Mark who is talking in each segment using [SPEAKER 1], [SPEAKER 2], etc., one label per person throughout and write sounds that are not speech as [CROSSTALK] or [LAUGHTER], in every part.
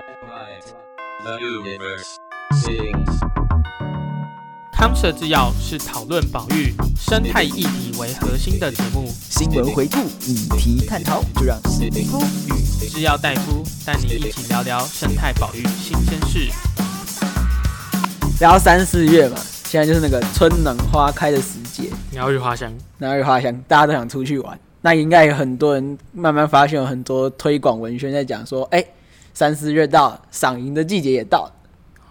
[SPEAKER 1] The universe sings.
[SPEAKER 2] 康蛇制药是讨论保育、生态议题为核心的节目，
[SPEAKER 3] 新闻回顾、议题探讨，就让史蒂夫
[SPEAKER 2] 与制药大夫带你一起聊聊生态保育新鲜事。
[SPEAKER 3] 聊三四月嘛，现在就是那个春暖花开的时节，
[SPEAKER 2] 你要去花香，
[SPEAKER 3] 然后有花香，大家都想出去玩。那应该有很多人慢慢发现，有很多推广文宣在讲说，哎、三四月到了，赏萤的季节也到了。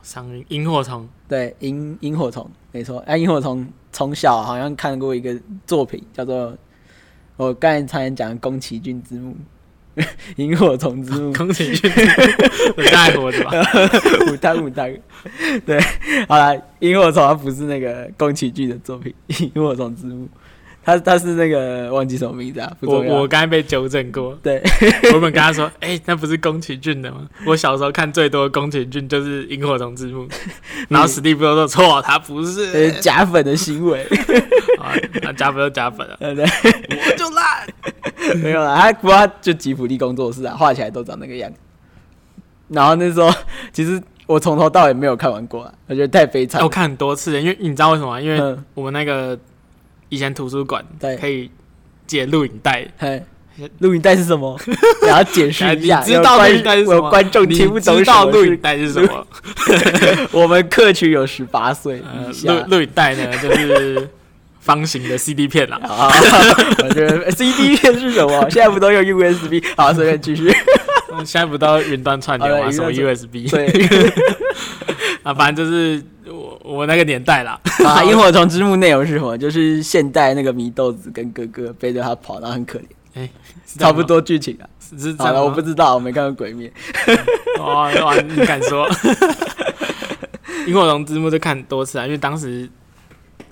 [SPEAKER 2] 赏萤萤火 [LAUGHS] 虫，
[SPEAKER 3] 对，萤萤火虫，没错。哎、萤火虫从小好像看过一个作品，叫做我刚才差点讲的宫崎骏之墓， [LAUGHS] 萤火虫之墓。
[SPEAKER 2] 宫崎骏，我还活着吧？ [LAUGHS]
[SPEAKER 3] 五汤五汤， [LAUGHS] 对，好啦，萤火虫它不是那个宫崎骏的作品， [LAUGHS] 《萤火虫之墓》，它它是那个忘记什么名字啊？不
[SPEAKER 2] 我
[SPEAKER 3] 重要
[SPEAKER 2] 我刚才被纠正过， [LAUGHS]
[SPEAKER 3] 对，
[SPEAKER 2] 我本跟他说， [LAUGHS] 哎、那不是宫崎骏的吗？我小时候看最多的宫崎骏就是《萤火虫之墓》，然后史蒂夫都说错，他不 [LAUGHS]
[SPEAKER 3] 呃
[SPEAKER 2] 是，
[SPEAKER 3] 假粉的
[SPEAKER 2] [LAUGHS]
[SPEAKER 3] 行为，
[SPEAKER 2] 啊，那加粉就加啊粉了，
[SPEAKER 3] 对不对？
[SPEAKER 2] 我就烂。
[SPEAKER 3] [LAUGHS] 没有啦，他不过他就吉卜力工作室啊，画起来都长那个样子。然后那时候其实我从头到尾没有看完过啊，我觉得太
[SPEAKER 2] [LAUGHS]
[SPEAKER 3] 悲惨
[SPEAKER 2] 哎我
[SPEAKER 3] 了。
[SPEAKER 2] 看很多次，因为你知道为什么吗？因为
[SPEAKER 3] 嗯，
[SPEAKER 2] 我们那个以前图书馆
[SPEAKER 3] 对
[SPEAKER 2] 可以借录影带，
[SPEAKER 3] 嘿，录影带是什
[SPEAKER 2] [LAUGHS]
[SPEAKER 3] 么？然后解释一下，
[SPEAKER 2] 哎你知道
[SPEAKER 3] 有
[SPEAKER 2] 录
[SPEAKER 3] 观
[SPEAKER 2] 影带是什
[SPEAKER 3] 有
[SPEAKER 2] 么？
[SPEAKER 3] 观众听不懂
[SPEAKER 2] 你知道
[SPEAKER 3] 什么
[SPEAKER 2] 录
[SPEAKER 3] 是
[SPEAKER 2] 影带是什
[SPEAKER 3] [LAUGHS]
[SPEAKER 2] 么？
[SPEAKER 3] 我们客群有十八岁
[SPEAKER 2] 呃
[SPEAKER 3] 以下。
[SPEAKER 2] 录录影带呢，就是方形的 CD 片
[SPEAKER 3] [LAUGHS]
[SPEAKER 2] 啦。
[SPEAKER 3] 啊，我觉得 CD 片是什么？现在不都用 USB？好，随便继续。
[SPEAKER 2] 嗯现在不到云端串流
[SPEAKER 3] 好
[SPEAKER 2] 啊，
[SPEAKER 3] 了
[SPEAKER 2] 什么
[SPEAKER 3] 云
[SPEAKER 2] USB
[SPEAKER 3] 对，
[SPEAKER 2] [LAUGHS] 啊，反正就是我我那个年代啦。
[SPEAKER 3] 啊，萤火虫之墓内容是什么？就是现代那个祢豆子跟哥哥背着他跑，然后很可怜，差不多剧情啊。
[SPEAKER 2] 是是这
[SPEAKER 3] 好
[SPEAKER 2] 样吗
[SPEAKER 3] 了，我不知道，我没看过《鬼灭》。
[SPEAKER 2] 哇哇，哦啊你敢说？ [LAUGHS] 萤火虫之墓就看很多次啊，因为当时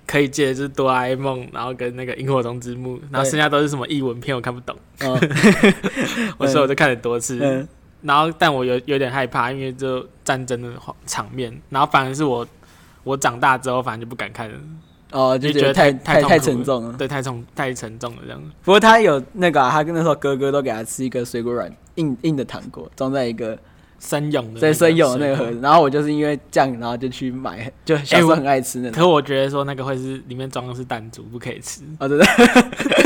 [SPEAKER 2] 可以借的就是哆啦 A 梦，然后跟那个萤火虫之墓，然后剩下都是什么译文片，我看不懂，
[SPEAKER 3] 嗯
[SPEAKER 2] 我所以我就看很多 [LAUGHS] 次。
[SPEAKER 3] 嗯，
[SPEAKER 2] 然后但我有有点害怕，因为就战争的场面，然后反而是我我长大之后，反正就不敢看了，
[SPEAKER 3] 哦，就
[SPEAKER 2] 就
[SPEAKER 3] 觉
[SPEAKER 2] 觉得
[SPEAKER 3] 得太
[SPEAKER 2] 太
[SPEAKER 3] 太
[SPEAKER 2] 痛苦
[SPEAKER 3] 沉重了。
[SPEAKER 2] 对，太重太沉重了这样。
[SPEAKER 3] 不过他有那个啊，他跟那时候哥哥都给他吃一个水果软硬硬的糖果，装在一个
[SPEAKER 2] 生勇的
[SPEAKER 3] 在生有那
[SPEAKER 2] 水
[SPEAKER 3] 个
[SPEAKER 2] 果
[SPEAKER 3] 盒子。然后我就是因为这样，然后就去买，就小时候
[SPEAKER 2] 我
[SPEAKER 3] 很爱吃那种。
[SPEAKER 2] 可我觉得说那个会是里面装的是弹珠，不可以吃，
[SPEAKER 3] 啊，对 [LAUGHS] 对，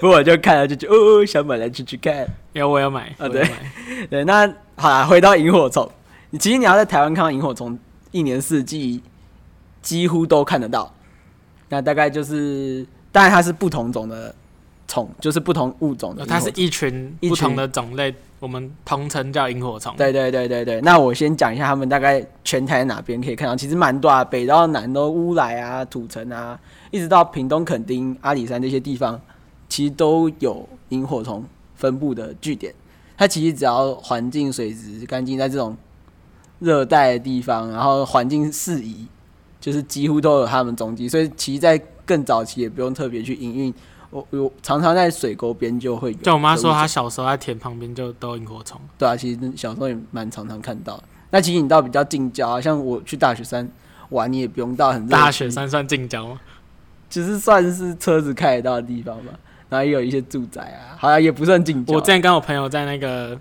[SPEAKER 3] 不过我就看了就觉得哦，想买来吃吃看。
[SPEAKER 2] 因为我有买，
[SPEAKER 3] 啊
[SPEAKER 2] 我有
[SPEAKER 3] 对
[SPEAKER 2] 买
[SPEAKER 3] 对，那好啦，回到萤火虫，你其实你要在台湾看到萤火虫，一年四季几乎都看得到。那大概就是，当然它是不同种的虫，就是不同物种的
[SPEAKER 2] 呃
[SPEAKER 3] 萤火
[SPEAKER 2] 它
[SPEAKER 3] 虫。
[SPEAKER 2] 是一群
[SPEAKER 3] 一群
[SPEAKER 2] 不同的种类，我们统称叫萤火虫。
[SPEAKER 3] 对对对对对，那我先讲一下他们大概全台哪边可以看到，其实蛮多啊，北到南都乌来啊、土城啊，一直到屏东、垦丁、阿里山这些地方，其实都有萤火虫分布的据点。它其实只要环境水质干净，在这种热带的地方，然后环境适宜，就是几乎都有它们踪迹。所以其实，在更早期也不用特别去营运。我我常常在水沟边就会有这个物种，
[SPEAKER 2] 就我妈说，她小时候在田旁边就都有萤火虫。
[SPEAKER 3] 对啊，其实小时候也蛮常常看到的。那其实你到比较近郊啊，像我去大雪山玩，你也不用到很热
[SPEAKER 2] 大
[SPEAKER 3] 区
[SPEAKER 2] 雪，山算近郊吗？
[SPEAKER 3] 就是算是车子开得到的地方吧。然后也有一些住宅啊，好像也不算近郊。
[SPEAKER 2] 我之前跟我朋友在那个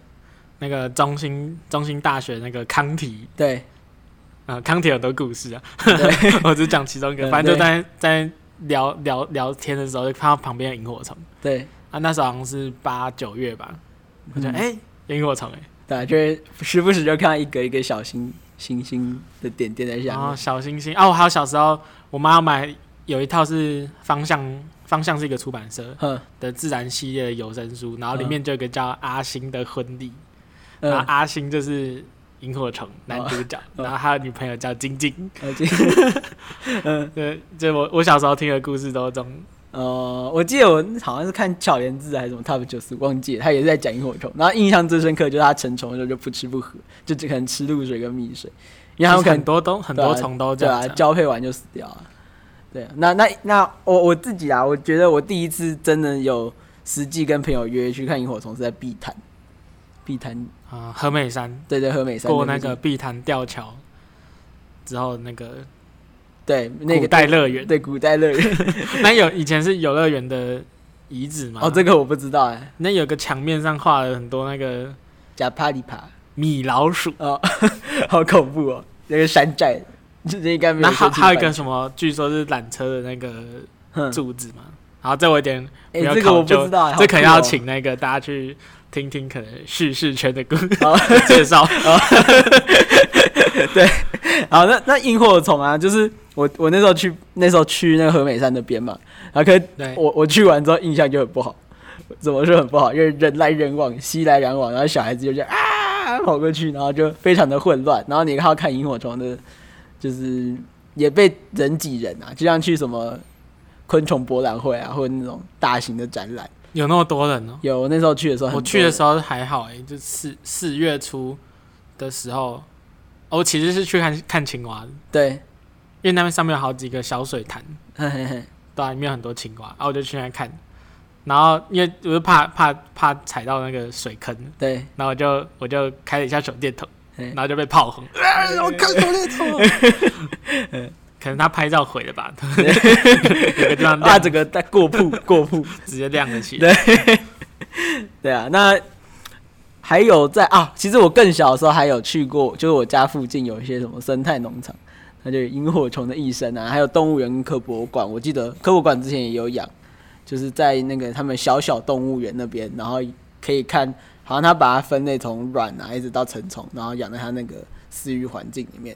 [SPEAKER 2] 那个中心中心大学那个康体
[SPEAKER 3] 对
[SPEAKER 2] 啊，康体有很多故
[SPEAKER 3] [LAUGHS]
[SPEAKER 2] 事啊，
[SPEAKER 3] 对
[SPEAKER 2] 我只讲其中一个，
[SPEAKER 3] 嗯
[SPEAKER 2] 反正就在在聊聊聊天的时候，就看到旁边有萤火虫
[SPEAKER 3] 对，嗯
[SPEAKER 2] 啊，那时候好像是八九月吧， [LAUGHS] 我觉得哎、有萤火虫哎、
[SPEAKER 3] 对啊，就是时不时就看到一个一个小星星星的点点在下
[SPEAKER 2] 然后
[SPEAKER 3] 面。
[SPEAKER 2] 小星星哦，还有小时候我妈要买有一套是方向方向是一个出版社
[SPEAKER 3] 哼
[SPEAKER 2] 的自然系列的有声书，然后里面就有一个叫阿星的婚礼，
[SPEAKER 3] 嗯，
[SPEAKER 2] 然后阿星就是萤火虫男主角，
[SPEAKER 3] 嗯
[SPEAKER 2] 然后他的女朋友叫晶晶，[LAUGHS]
[SPEAKER 3] 呃这嗯
[SPEAKER 2] 对，就我我小时候听的故事都是这种，
[SPEAKER 3] 呃，我记得我好像是看巧莲智还是什么 Top 九十，忘记了，他也是在讲萤火虫。然后印象最深刻就是他成虫的时候就不吃不喝，就只可能吃露水跟蜜水，因为他们
[SPEAKER 2] 就是
[SPEAKER 3] 可能啊
[SPEAKER 2] 很多都很多虫都这样
[SPEAKER 3] 对
[SPEAKER 2] 子
[SPEAKER 3] 啊，
[SPEAKER 2] 啊，
[SPEAKER 3] 交配完就死掉了。对啊，那那那我我自己啊，我觉得我第一次真的有实际跟朋友约去看萤火虫是在碧潭，碧潭
[SPEAKER 2] 啊和美山
[SPEAKER 3] 对对，和美山
[SPEAKER 2] 过
[SPEAKER 3] 附
[SPEAKER 2] 那
[SPEAKER 3] 近
[SPEAKER 2] 个碧潭吊桥之后那个
[SPEAKER 3] 对那
[SPEAKER 2] 古
[SPEAKER 3] 个
[SPEAKER 2] 代乐园， [LAUGHS]
[SPEAKER 3] 对古代乐园，
[SPEAKER 2] 那有以前是游乐园的遗址嘛。
[SPEAKER 3] 哦，这个我不知道哎，
[SPEAKER 2] 那有个墙面上画了很多那个
[SPEAKER 3] 贾帕里帕，
[SPEAKER 2] 米老鼠，
[SPEAKER 3] 哦，好恐怖哦，那个山寨，这应该没有
[SPEAKER 2] 然
[SPEAKER 3] 申请
[SPEAKER 2] 后
[SPEAKER 3] 版。
[SPEAKER 2] 还有一个什么，据说是缆车的那个
[SPEAKER 3] 哼，
[SPEAKER 2] 柱子嘛。好，这我有点
[SPEAKER 3] 哎、
[SPEAKER 2] 比较
[SPEAKER 3] 这个
[SPEAKER 2] 考
[SPEAKER 3] 我不
[SPEAKER 2] 究
[SPEAKER 3] 知道哎，好
[SPEAKER 2] 这可能
[SPEAKER 3] 酷
[SPEAKER 2] 要
[SPEAKER 3] 哦
[SPEAKER 2] 请那个大家去听听，可能叙事圈的故
[SPEAKER 3] [LAUGHS] [LAUGHS] 好
[SPEAKER 2] 介绍。
[SPEAKER 3] 好，那那萤火虫啊，就是我我那时候去那时候去那个和美山那边嘛，然后可是
[SPEAKER 2] 对
[SPEAKER 3] 我我去完之后印象就很不好，怎么说很不好？因为人来人往，熙来攘往，然后小孩子就这样啊跑过去，然后就非常的混乱。然后你还要看萤火虫的，就是也被人挤人啊，就像去什么昆虫博览会啊，或者那种大型的展览。
[SPEAKER 2] 有那么多人哦、
[SPEAKER 3] 有我那时候去的时候很多
[SPEAKER 2] 我
[SPEAKER 3] 人，
[SPEAKER 2] 去的时候还好哎、就四四月初的时候，哦我其实是去看看青蛙的，
[SPEAKER 3] 对，
[SPEAKER 2] 因为那边上面有好几个小水潭，
[SPEAKER 3] 嘿嘿嘿，
[SPEAKER 2] 对、啊，里面有很多青蛙，然、后我就去那看。然后因为我就怕怕怕踩到那个水坑，
[SPEAKER 3] 对，
[SPEAKER 2] [LAUGHS] 然后我就我就开了一下手电筒，
[SPEAKER 3] 嗯
[SPEAKER 2] 然后就被炮轰。
[SPEAKER 3] 我看手电筒。
[SPEAKER 2] 可能他拍照毁了
[SPEAKER 3] [LAUGHS]
[SPEAKER 2] 吧，有个地方
[SPEAKER 3] 啊，
[SPEAKER 2] 亮，
[SPEAKER 3] 整个在过曝 [LAUGHS] 过曝，
[SPEAKER 2] 直接亮了起来。
[SPEAKER 3] 对，对啊，那还有在啊，其实我更小的时候还有去过，就是我家附近有一些什么生态农场，那就有萤火虫的一生啊，还有动物园跟科博馆，我记得科博馆之前也有养，就是在那个他们小小动物园那边，然后可以看，好像他把它分类从卵啊一直到成虫，然后养在它那个饲育环境里面。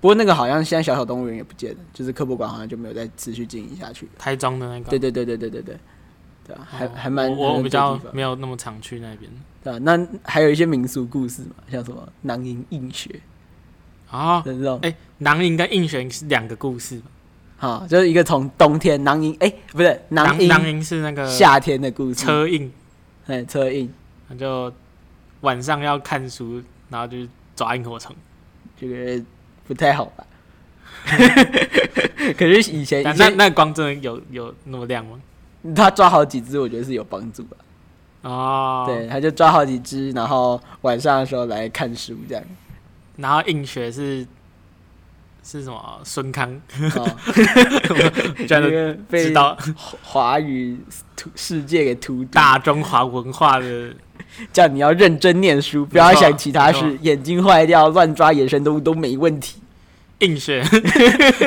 [SPEAKER 3] 不过那个好像现在小小动物园也不见了，就是科博馆好像就没有再持续经营下去。
[SPEAKER 2] 台中的那个，
[SPEAKER 3] 对对对对对对对，对啊，还
[SPEAKER 2] 哦
[SPEAKER 3] 还蛮
[SPEAKER 2] 我我比
[SPEAKER 3] 还蛮
[SPEAKER 2] 较
[SPEAKER 3] 多地方
[SPEAKER 2] 没有那么常去那边。
[SPEAKER 3] 对啊，那还有一些民俗故事嘛，像什么囊萤映雪
[SPEAKER 2] 哦，
[SPEAKER 3] 的这种，
[SPEAKER 2] 哎，囊萤跟应玄是两个故事，
[SPEAKER 3] 啊，就是一个从冬天囊萤，哎、不对，
[SPEAKER 2] 囊
[SPEAKER 3] 萤
[SPEAKER 2] 囊萤是那个
[SPEAKER 3] 夏天的故事，
[SPEAKER 2] 车印，
[SPEAKER 3] 哎车映，
[SPEAKER 2] 那就晚上要看书，然后就抓萤火虫。
[SPEAKER 3] 这个不太好
[SPEAKER 2] [LAUGHS]
[SPEAKER 3] 吧？可是以前
[SPEAKER 2] 但
[SPEAKER 3] 以
[SPEAKER 2] 那
[SPEAKER 3] 前
[SPEAKER 2] 那光真的有有那么亮吗？
[SPEAKER 3] 他抓好几只，我觉得是有帮助的。啊
[SPEAKER 2] 哦，
[SPEAKER 3] 对，，他就抓好几只，然后晚上的时候来看书这样。
[SPEAKER 2] 然后应学是是什么？孙
[SPEAKER 3] [LAUGHS]
[SPEAKER 2] 康， [LAUGHS]
[SPEAKER 3] 哦，
[SPEAKER 2] 居然都
[SPEAKER 3] 个被
[SPEAKER 2] 知道
[SPEAKER 3] 华语土世界给荼毒
[SPEAKER 2] 大中华文化的
[SPEAKER 3] 叫你要认真念书，不要想其他事，眼睛坏掉乱抓野生动物都没问题。
[SPEAKER 2] 映 [LAUGHS] 雪，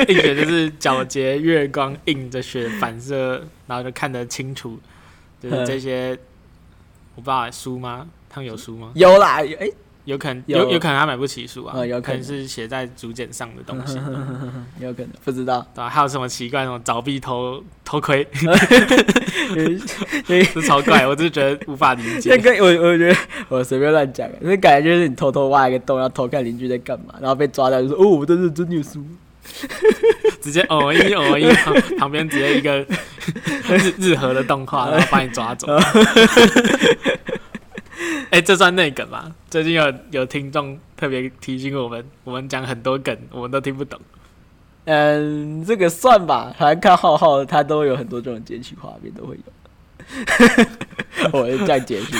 [SPEAKER 2] 映雪就是皎洁月光映着雪反射，然后就看得清楚，
[SPEAKER 3] 嗯
[SPEAKER 2] 就是这些。我不知道书吗？他们有书吗？
[SPEAKER 3] 有啦，有哎、
[SPEAKER 2] 有可能
[SPEAKER 3] 有
[SPEAKER 2] 有有可能他买不起书啊，
[SPEAKER 3] 啊有可
[SPEAKER 2] 可
[SPEAKER 3] 能
[SPEAKER 2] 能是写在竹简上的东西，对
[SPEAKER 3] 有可能不知
[SPEAKER 2] [LAUGHS]
[SPEAKER 3] 道，
[SPEAKER 2] 吧、还有什么奇怪那种凿壁偷偷窥，
[SPEAKER 3] 因为
[SPEAKER 2] [LAUGHS] 这超怪，我就觉得无法理
[SPEAKER 3] [LAUGHS] 这
[SPEAKER 2] 解。
[SPEAKER 3] 个我我觉得我随便乱讲，那感觉就是你偷偷挖一个洞，要偷看邻居在干嘛，然后被抓到就说哦，我在认真念书。
[SPEAKER 2] 直接偶一偶
[SPEAKER 3] [LAUGHS]
[SPEAKER 2] 一，旁旁边直接一个日日和的动
[SPEAKER 3] [LAUGHS]
[SPEAKER 2] 画，然后把你抓走。哎、这算内梗吧？最近有有听众特别提醒我们，我们讲很多梗，我们都听不懂。
[SPEAKER 3] 嗯，这个算吧，反正看浩浩他都有很多这种截取画面都会有。 [LAUGHS] 我就这样解释，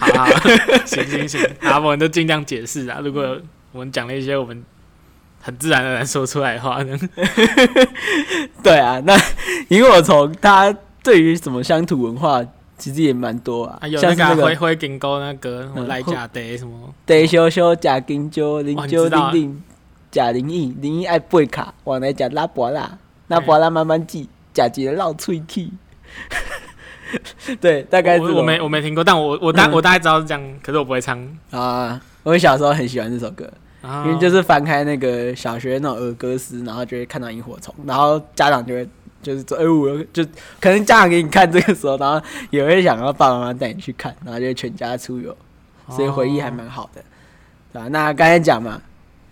[SPEAKER 2] 好好，
[SPEAKER 3] [LAUGHS]
[SPEAKER 2] 行行行，好，我们都尽量解释啊。如果我们讲了一些我们很自然而然说出来的话，呢，
[SPEAKER 3] 对啊，那萤火虫它对于什么乡土文化其实也蛮多啊，
[SPEAKER 2] 啊有
[SPEAKER 3] 像
[SPEAKER 2] 那
[SPEAKER 3] 是
[SPEAKER 2] 个啊
[SPEAKER 3] 那个
[SPEAKER 2] 灰灰金钩那个什么
[SPEAKER 3] 嗯
[SPEAKER 2] 赖家爹什
[SPEAKER 3] [LAUGHS]
[SPEAKER 2] 么，
[SPEAKER 3] 得修修假金九零
[SPEAKER 2] 哇你
[SPEAKER 3] 九
[SPEAKER 2] 知道啊
[SPEAKER 3] 零零假零一零一爱背卡，往来假拉博拉，拉博拉慢慢记，假一个绕喙齿。 [LAUGHS] 对，大概是
[SPEAKER 2] 我我没我没听过，但我我大
[SPEAKER 3] 嗯
[SPEAKER 2] 我大概知道是这样，可是我啊不会唱。
[SPEAKER 3] 啊，我小时候很喜欢这首歌，
[SPEAKER 2] 因
[SPEAKER 3] 因为就是翻开那个小学那种儿歌诗，然后就会看到萤火虫，然后家长就会就是说，哎、我要就可能家长给你看这个时候，然后也会想要爸爸妈妈带你去看，然后就会全家出游，
[SPEAKER 2] 哦
[SPEAKER 3] 所以回忆还蛮好的，对吧、那刚才讲嘛，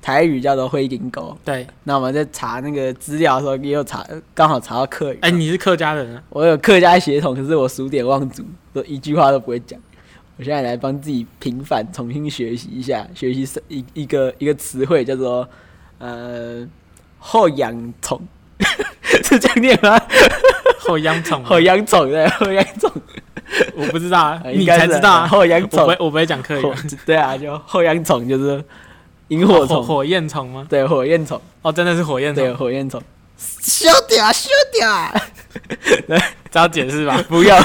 [SPEAKER 3] 台语叫做灰银狗，
[SPEAKER 2] 对，
[SPEAKER 3] 那我们在查那个资料的时候，也有查，刚好查到客语。
[SPEAKER 2] 哎、你是客家人啊？
[SPEAKER 3] 我有客家血统，可是我数典忘祖，都一句话都不会讲。我现在来帮自己平反，重新学习一下，学习是一一个一个词汇叫做呃后洋虫， [LAUGHS] 是这样念吗？
[SPEAKER 2] 嗯后央宠吗，
[SPEAKER 3] 后洋虫对，后洋虫，
[SPEAKER 2] 我不知道啊，
[SPEAKER 3] 呃
[SPEAKER 2] 你
[SPEAKER 3] 应该
[SPEAKER 2] 才
[SPEAKER 3] 是
[SPEAKER 2] 知道啊。
[SPEAKER 3] 后洋
[SPEAKER 2] 我不
[SPEAKER 3] 虫
[SPEAKER 2] 会，，我不会讲客语
[SPEAKER 3] 后
[SPEAKER 2] 啊。
[SPEAKER 3] 对啊，就后洋虫就是萤火
[SPEAKER 2] 哦火
[SPEAKER 3] 虫，
[SPEAKER 2] 火焰虫吗？
[SPEAKER 3] 对火焰虫。
[SPEAKER 2] 哦，真的是火焰
[SPEAKER 3] 对，
[SPEAKER 2] 虫。
[SPEAKER 3] 火焰虫，修掉啊，修掉啊！
[SPEAKER 2] 这要解释吧？
[SPEAKER 3] [LAUGHS] 不要，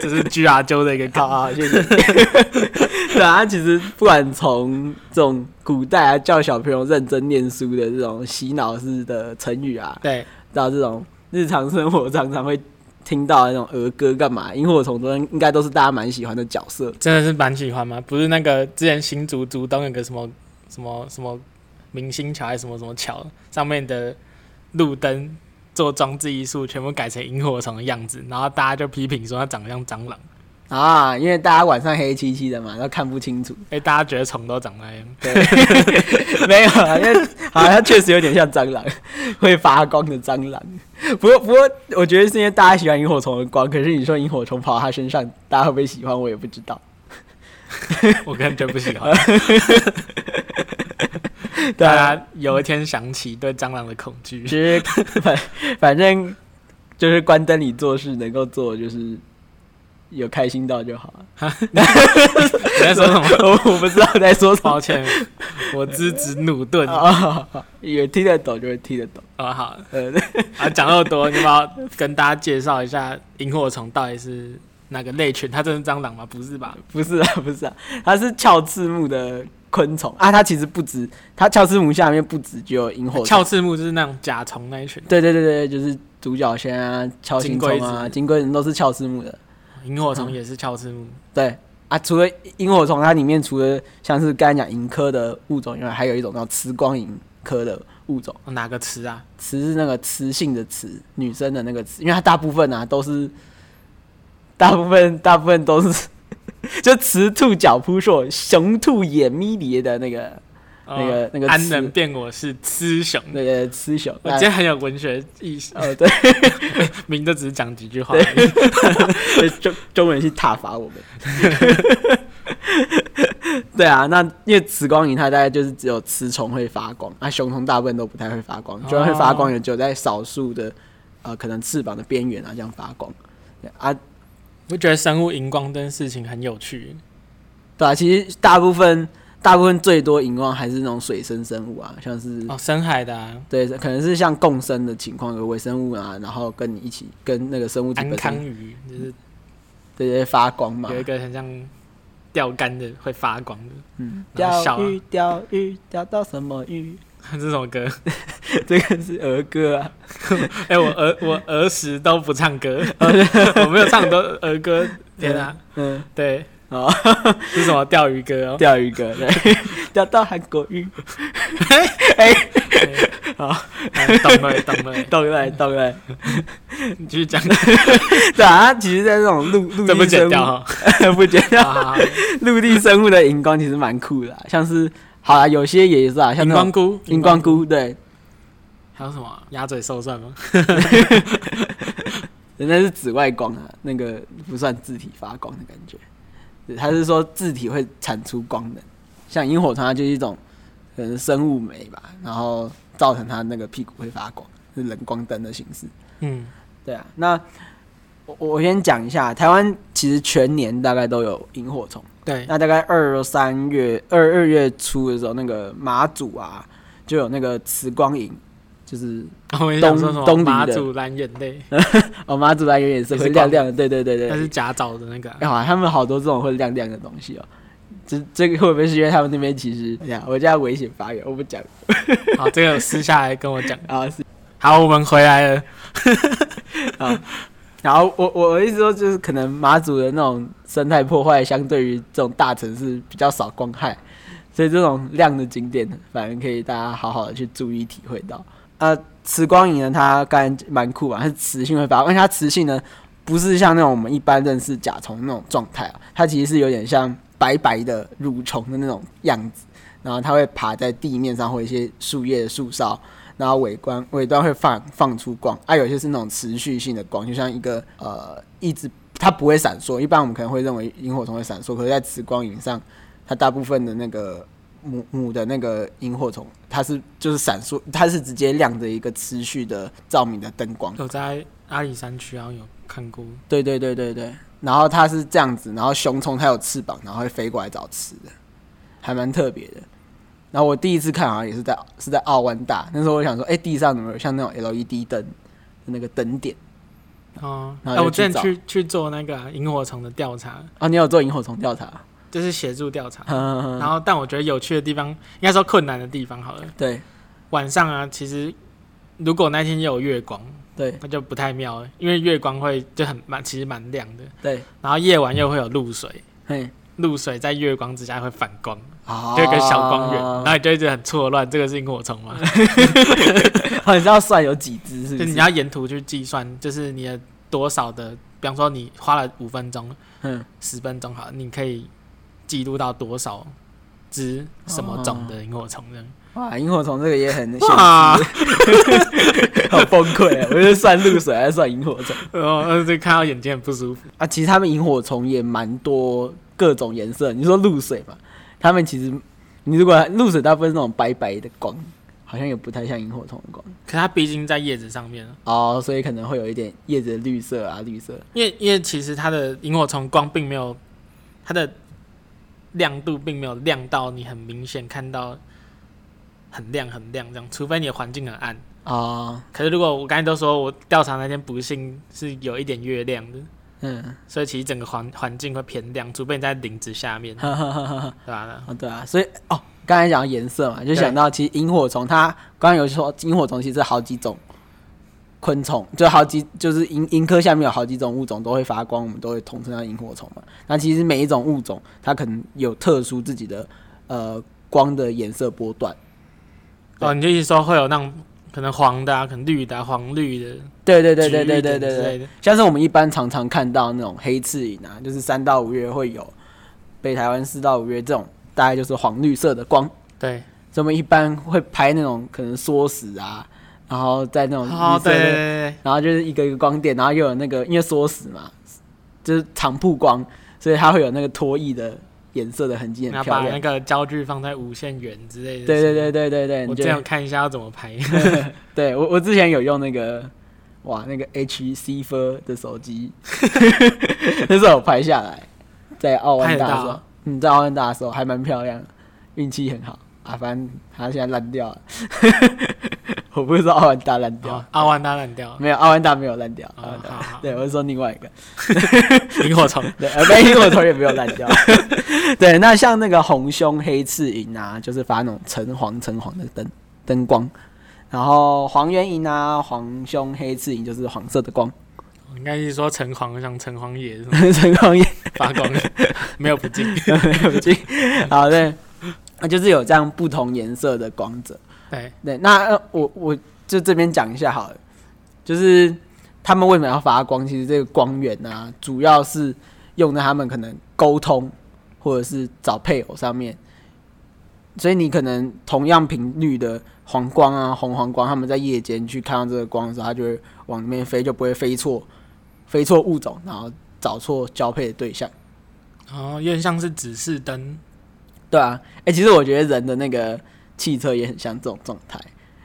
[SPEAKER 2] 这是 G R 周的一个
[SPEAKER 3] [LAUGHS] 好啊
[SPEAKER 2] 梗。
[SPEAKER 3] 好，谢谢。 [LAUGHS] 对啊，其实不管从这种古代啊叫小朋友认真念书的这种洗脑式的成语啊，
[SPEAKER 2] 对，
[SPEAKER 3] 到这种日常生活常常会听到的那种儿歌干嘛？萤火虫中应该都是大家蛮喜欢的角色。
[SPEAKER 2] 真的是蛮喜欢吗？不是那个之前新竹竹东有个什么什么什么明星桥还是什么什么桥，上面的路灯做装置艺术，全部改成萤火虫的样子，然后大家就批评说它长得像蟑螂，
[SPEAKER 3] 啊，因为大家晚上黑漆漆的嘛，然后看不清楚。
[SPEAKER 2] 哎，大家觉得虫都长那样。
[SPEAKER 3] 对， [LAUGHS] 没有啊，因为好像确实有点像蟑螂，会发光的蟑螂。不过，不过，我觉得是因为大家喜欢萤火虫的光，可是你说萤火虫跑到它身上，大家会不会喜欢？我也不知道。
[SPEAKER 2] [LAUGHS] 我个人觉得不喜欢。
[SPEAKER 3] [LAUGHS] 对啊
[SPEAKER 2] 大家有一天想起对蟑螂的恐惧
[SPEAKER 3] 其，实反反正就是关灯里做事，能够做就是有开心到就好了。
[SPEAKER 2] 你在说什么？ [LAUGHS]
[SPEAKER 3] 我我不知道在说什么
[SPEAKER 2] 抱歉，我资质努顿。啊、
[SPEAKER 3] 啊， [LAUGHS] 也听得懂就会听得懂。
[SPEAKER 2] 好
[SPEAKER 3] 呃，
[SPEAKER 2] 啊，讲那么多，你要不要跟大家介绍一下萤火虫到底是哪个类群？它真的是蟑螂吗？不是吧？
[SPEAKER 3] 不是啊，不是啊，它是鞘翅目的昆虫啊。它其实不止，它鞘翅目下面不止只有萤火虫
[SPEAKER 2] 鞘。翅目就是那种甲虫那一群，
[SPEAKER 3] 对对对对，就是独角仙啊、锹形虫啊、金龟子都是鞘翅目的。
[SPEAKER 2] 萤火
[SPEAKER 3] 嗯
[SPEAKER 2] 虫也是鞘翅目。
[SPEAKER 3] 对啊，除了萤火虫，它里面除了像是刚才讲萤科的物种以外，还有一种叫雌光萤科的物种。
[SPEAKER 2] 哦哪个词啊？
[SPEAKER 3] 雌是那个雌性的雌，女生的那个雌，因为它 [LAUGHS] 大部分啊都是，大部分大部分都是， [LAUGHS] 就雌兔脚扑朔，雄兔眼眯裂的那个
[SPEAKER 2] 哦
[SPEAKER 3] 那个那个
[SPEAKER 2] 安
[SPEAKER 3] 雌
[SPEAKER 2] 能辨我是雌雄。
[SPEAKER 3] 那个雌雄。
[SPEAKER 2] 我今天很有文学意识，
[SPEAKER 3] 呃，对， [LAUGHS]
[SPEAKER 2] 明就只是讲几句话而已。
[SPEAKER 3] 中中文是挞伐我们。 [LAUGHS] 对啊，那因为雌光萤它大概就是只有雌虫会发光，啊，雄虫大部分都不太会发光，
[SPEAKER 2] 哦
[SPEAKER 3] 就算会发光也只有在少数的呃可能翅膀的边缘啊这样发光。对啊，
[SPEAKER 2] 我觉得生物荧光灯事情很有趣。
[SPEAKER 3] 对啊，其实大部分大部分最多荧光还是那种水生生物啊，像是、
[SPEAKER 2] 哦，深海的、啊、
[SPEAKER 3] 对，可能是像共生的情况，有微生物啊，然后跟你一起跟那个生物体
[SPEAKER 2] 安
[SPEAKER 3] 本
[SPEAKER 2] 康
[SPEAKER 3] 身
[SPEAKER 2] 鱼，就是
[SPEAKER 3] 对对发光嘛
[SPEAKER 2] 有，一个很像钓竿的会发光的， [LAUGHS]
[SPEAKER 3] 嗯，
[SPEAKER 2] 然后笑
[SPEAKER 3] 钓
[SPEAKER 2] 啊
[SPEAKER 3] 鱼钓鱼钓到什么鱼？
[SPEAKER 2] 这首歌。
[SPEAKER 3] [LAUGHS] 这个是儿歌啊，
[SPEAKER 2] 哎、我儿 [LAUGHS] 我儿时都不唱歌， [LAUGHS] 我没有唱很多儿歌。天啊，
[SPEAKER 3] 嗯，
[SPEAKER 2] 对，
[SPEAKER 3] 好，
[SPEAKER 2] 是什么钓鱼歌哦？
[SPEAKER 3] [LAUGHS] 钓鱼歌，对， [LAUGHS] 钓到韩国 [LAUGHS] 鱼，
[SPEAKER 2] 哎懂了懂了，
[SPEAKER 3] 懂了懂了，
[SPEAKER 2] 你继续
[SPEAKER 3] [LAUGHS]
[SPEAKER 2] 讲，
[SPEAKER 3] 对啊，它其实，在这种陆陆
[SPEAKER 2] 这不
[SPEAKER 3] 地
[SPEAKER 2] 剪
[SPEAKER 3] 生
[SPEAKER 2] 掉
[SPEAKER 3] 物，
[SPEAKER 2] 哈。
[SPEAKER 3] [LAUGHS] 不剪掉，
[SPEAKER 2] 好好好
[SPEAKER 3] 陆地生物的荧光其实蛮酷的啊、像是好啦，有些也是啊，像
[SPEAKER 2] 荧
[SPEAKER 3] [LAUGHS] 那
[SPEAKER 2] 光
[SPEAKER 3] 种
[SPEAKER 2] 菇，
[SPEAKER 3] 荧光菇，对，
[SPEAKER 2] 还有什么鸭嘴兽算吗？
[SPEAKER 3] 人家是紫外光啊，那个不算字体发光的感觉。对他是说字体会产出光能，像萤火虫它就是一种可能生物酶吧，然后造成它那个屁股会发光，是冷光灯的形式。
[SPEAKER 2] 嗯，
[SPEAKER 3] 对啊，那我我我先讲一下，台湾其实全年大概都有萤火虫。
[SPEAKER 2] 对，
[SPEAKER 3] 那大概二三月二二月初的时候，那个马祖啊，就有那个慈光营，就是
[SPEAKER 2] [LAUGHS] 我也想说什么
[SPEAKER 3] 东东篱的
[SPEAKER 2] 马祖蓝眼泪，
[SPEAKER 3] 哦，马祖来有点色
[SPEAKER 2] 也
[SPEAKER 3] 会
[SPEAKER 2] 是
[SPEAKER 3] 亮
[SPEAKER 2] 光
[SPEAKER 3] 亮的，对对对对，
[SPEAKER 2] 那是假找的那个啊。 [LAUGHS]
[SPEAKER 3] [LAUGHS] 哎、好啊，他们好多这种会亮亮的东西哦。这这个会不会是因为他们那边其实，哎呀，我这样危险发言，我不讲
[SPEAKER 2] 好，这个私下来跟我讲。
[SPEAKER 3] 啊。是，
[SPEAKER 2] 好，我们回来了。
[SPEAKER 3] 然后我我我的意思说，就是可能马祖的那种生态破坏，相对于这种大城市比较少光害，所以这种亮的景点，反而可以大家好好的去注意体会到。呃，磁光影呢，它刚才蛮酷嘛，啊它是磁性会发光，而且它磁性呢，不是像那种我们一般认识甲虫那种状态啊，它其实是有点像白白的蠕虫的那种样子，然后它会爬在地面上或一些树叶的树梢，然后尾端尾端会放放出光，啊，有些是那种持续性的光，就像一个呃一直它不会闪烁，一般我们可能会认为萤火虫会闪烁，可是在磁光影上，它大部分的那个母母的那个萤火虫，它是就是闪烁，它是直接亮着一个持续的照明的灯光。
[SPEAKER 2] 我在阿里山区好像有看过，
[SPEAKER 3] 对对对对对，然后它是这样子，然后雄虫它有翅膀，然后会飞过来找吃的，还蛮特别的。然后我第一次看好像也是在是 E 在澳湾大，那时候我想说，哎，地上怎么有像那种 LED 灯的那个灯点？
[SPEAKER 2] 哦，
[SPEAKER 3] 然
[SPEAKER 2] 哎、
[SPEAKER 3] 后
[SPEAKER 2] 我
[SPEAKER 3] 就去
[SPEAKER 2] 之前
[SPEAKER 3] 找
[SPEAKER 2] 去去做那个啊萤火虫的调查，
[SPEAKER 3] 啊，你有做萤火虫调查？
[SPEAKER 2] 就是协助调查。然
[SPEAKER 3] 然
[SPEAKER 2] 后，但我觉得有趣的地方，应该说困难的地方好了。
[SPEAKER 3] [LAUGHS] 对
[SPEAKER 2] 晚上啊，其实如果那天也有月光，
[SPEAKER 3] 对
[SPEAKER 2] 那就不太妙了，因为月光会就很蛮，其实蛮亮的。
[SPEAKER 3] 对，
[SPEAKER 2] 然后夜晚又会有露水，
[SPEAKER 3] 嘿，
[SPEAKER 2] 露水在月光之下会反光，[LAUGHS]
[SPEAKER 3] 啊
[SPEAKER 2] 就有一个小光源，
[SPEAKER 3] 哦
[SPEAKER 2] 然后你就一直很错乱，这个是萤火虫吗？
[SPEAKER 3] [LAUGHS] 好，你知道算有几只
[SPEAKER 2] 就
[SPEAKER 3] 是不
[SPEAKER 2] 你
[SPEAKER 3] 是？
[SPEAKER 2] 要沿途去计算，就是你的多少的，比方说你花了五分钟、
[SPEAKER 3] 嗯，
[SPEAKER 2] 十分钟，好了，你可以记录到多少只什么种的萤火虫这样。
[SPEAKER 3] 哇，萤火虫这个也很 [LAUGHS] 现
[SPEAKER 2] 哇， [LAUGHS]
[SPEAKER 3] 好崩溃啊！我就算露水还是算萤火虫
[SPEAKER 2] 然后就哦呃看到眼睛很不舒服。
[SPEAKER 3] 啊？其实他们萤火虫也蛮多各种颜色。你说露水嘛，他们其实你如果露水大部分是那种白白的光，好像也不太像萤火虫的光
[SPEAKER 2] 可它毕竟在叶子上面啊，
[SPEAKER 3] 哦，所以可能会有一点叶子的绿色啊，绿色。
[SPEAKER 2] 因为因为其实它的萤火虫光并没有它的亮度并没有亮到你很明显看到很亮很亮这样，除非你的环境很暗。
[SPEAKER 3] 啊，
[SPEAKER 2] 可是如果我刚才都说我调查那天不幸是有一点月亮的，
[SPEAKER 3] 嗯，
[SPEAKER 2] 所以其实整个环环境会偏亮，除非你在林子下
[SPEAKER 3] [LAUGHS]
[SPEAKER 2] 面，对
[SPEAKER 3] 哈哈哈哈哈。
[SPEAKER 2] 吧、呢？
[SPEAKER 3] 啊，对啊，所以哦，刚才讲颜色嘛，就
[SPEAKER 2] 对
[SPEAKER 3] 想到其实萤火虫它刚刚有说萤火虫其实好几种昆虫，就好几就是萤萤科下面有好几种物种都会发光，我们都会统称它萤火虫嘛。那其实每一种物种它可能有特殊自己的呃光的颜色波段。对
[SPEAKER 2] 哦，你就意思说会有那种可能黄的、啊，可能绿的、啊、黄绿的，
[SPEAKER 3] 对对对对
[SPEAKER 2] 橘绿
[SPEAKER 3] 对对
[SPEAKER 2] 的
[SPEAKER 3] 对
[SPEAKER 2] 之
[SPEAKER 3] 对
[SPEAKER 2] 类，的。
[SPEAKER 3] 像是我们一般常常看到那种黑刺蚁啊，就是三到五月会有北台湾四到五月这种，大概就是黄绿色的光。
[SPEAKER 2] 对，
[SPEAKER 3] 所以我们一般会拍那种可能缩死啊，然后在那种
[SPEAKER 2] 哦，
[SPEAKER 3] 绿色
[SPEAKER 2] 对
[SPEAKER 3] 的
[SPEAKER 2] 对对对，
[SPEAKER 3] 然后就是一个一个光点，然后又有那个因为缩死嘛，就是长曝光，所以它会有那个脱翼的颜色的痕迹，
[SPEAKER 2] 对然
[SPEAKER 3] 很
[SPEAKER 2] 后
[SPEAKER 3] 漂
[SPEAKER 2] 把那
[SPEAKER 3] 亮。
[SPEAKER 2] 个焦距放在无限远之类的。
[SPEAKER 3] 对对对对对对，
[SPEAKER 2] 我
[SPEAKER 3] 你
[SPEAKER 2] 这
[SPEAKER 3] 觉
[SPEAKER 2] 样
[SPEAKER 3] 得？
[SPEAKER 2] 看一下要怎么拍。
[SPEAKER 3] [LAUGHS] 对我我之前有用那个哇那个 H C F 的手机，
[SPEAKER 2] [LAUGHS]
[SPEAKER 3] 那时候我拍下来，在奥湾大的时
[SPEAKER 2] 拍得
[SPEAKER 3] 候
[SPEAKER 2] 到，啊
[SPEAKER 3] 嗯，在奥湾大的时候还蛮漂亮的，运气很好啊，反正它现在烂掉了， [LAUGHS] 我不是说奥湾大烂
[SPEAKER 2] [LAUGHS]
[SPEAKER 3] 掉，
[SPEAKER 2] 哦，阿万达烂掉，
[SPEAKER 3] 没有，奥万大没有烂掉。
[SPEAKER 2] 哦
[SPEAKER 3] 奥万大
[SPEAKER 2] 好好
[SPEAKER 3] 对，我是说另外一个，
[SPEAKER 2] 萤火虫。
[SPEAKER 3] 对，呃，没，因为我头也没有烂掉。对，那像那个红胸黑翅银啊，就是发那种橙黄橙黄的灯灯光，然后黄圆银啊，黄胸黑翅银就是黄色的光，
[SPEAKER 2] 我应该是说橙黄，像橙黄也是
[SPEAKER 3] [LAUGHS] 橙黄也
[SPEAKER 2] 发
[SPEAKER 3] [LAUGHS]
[SPEAKER 2] 光，没有不进。
[SPEAKER 3] 不进。 [LAUGHS] 好，对，那就是有这样不同颜色的光泽。
[SPEAKER 2] 对，
[SPEAKER 3] 对，那呃我我就这边讲一下好了，就是他们为什么要发光？其实这个光源啊，主要是用在他们可能沟通或者是找配偶上面。所以你可能同样频率的黄光啊、红黄光，他们在夜间去看到这个光的时候，它就会往里面飞，就不会飞错飞错物种，然后找错交配的对象。
[SPEAKER 2] 哦，有点像是指示灯。
[SPEAKER 3] 对啊，哎、其实我觉得人的那个汽车也很像这种状态，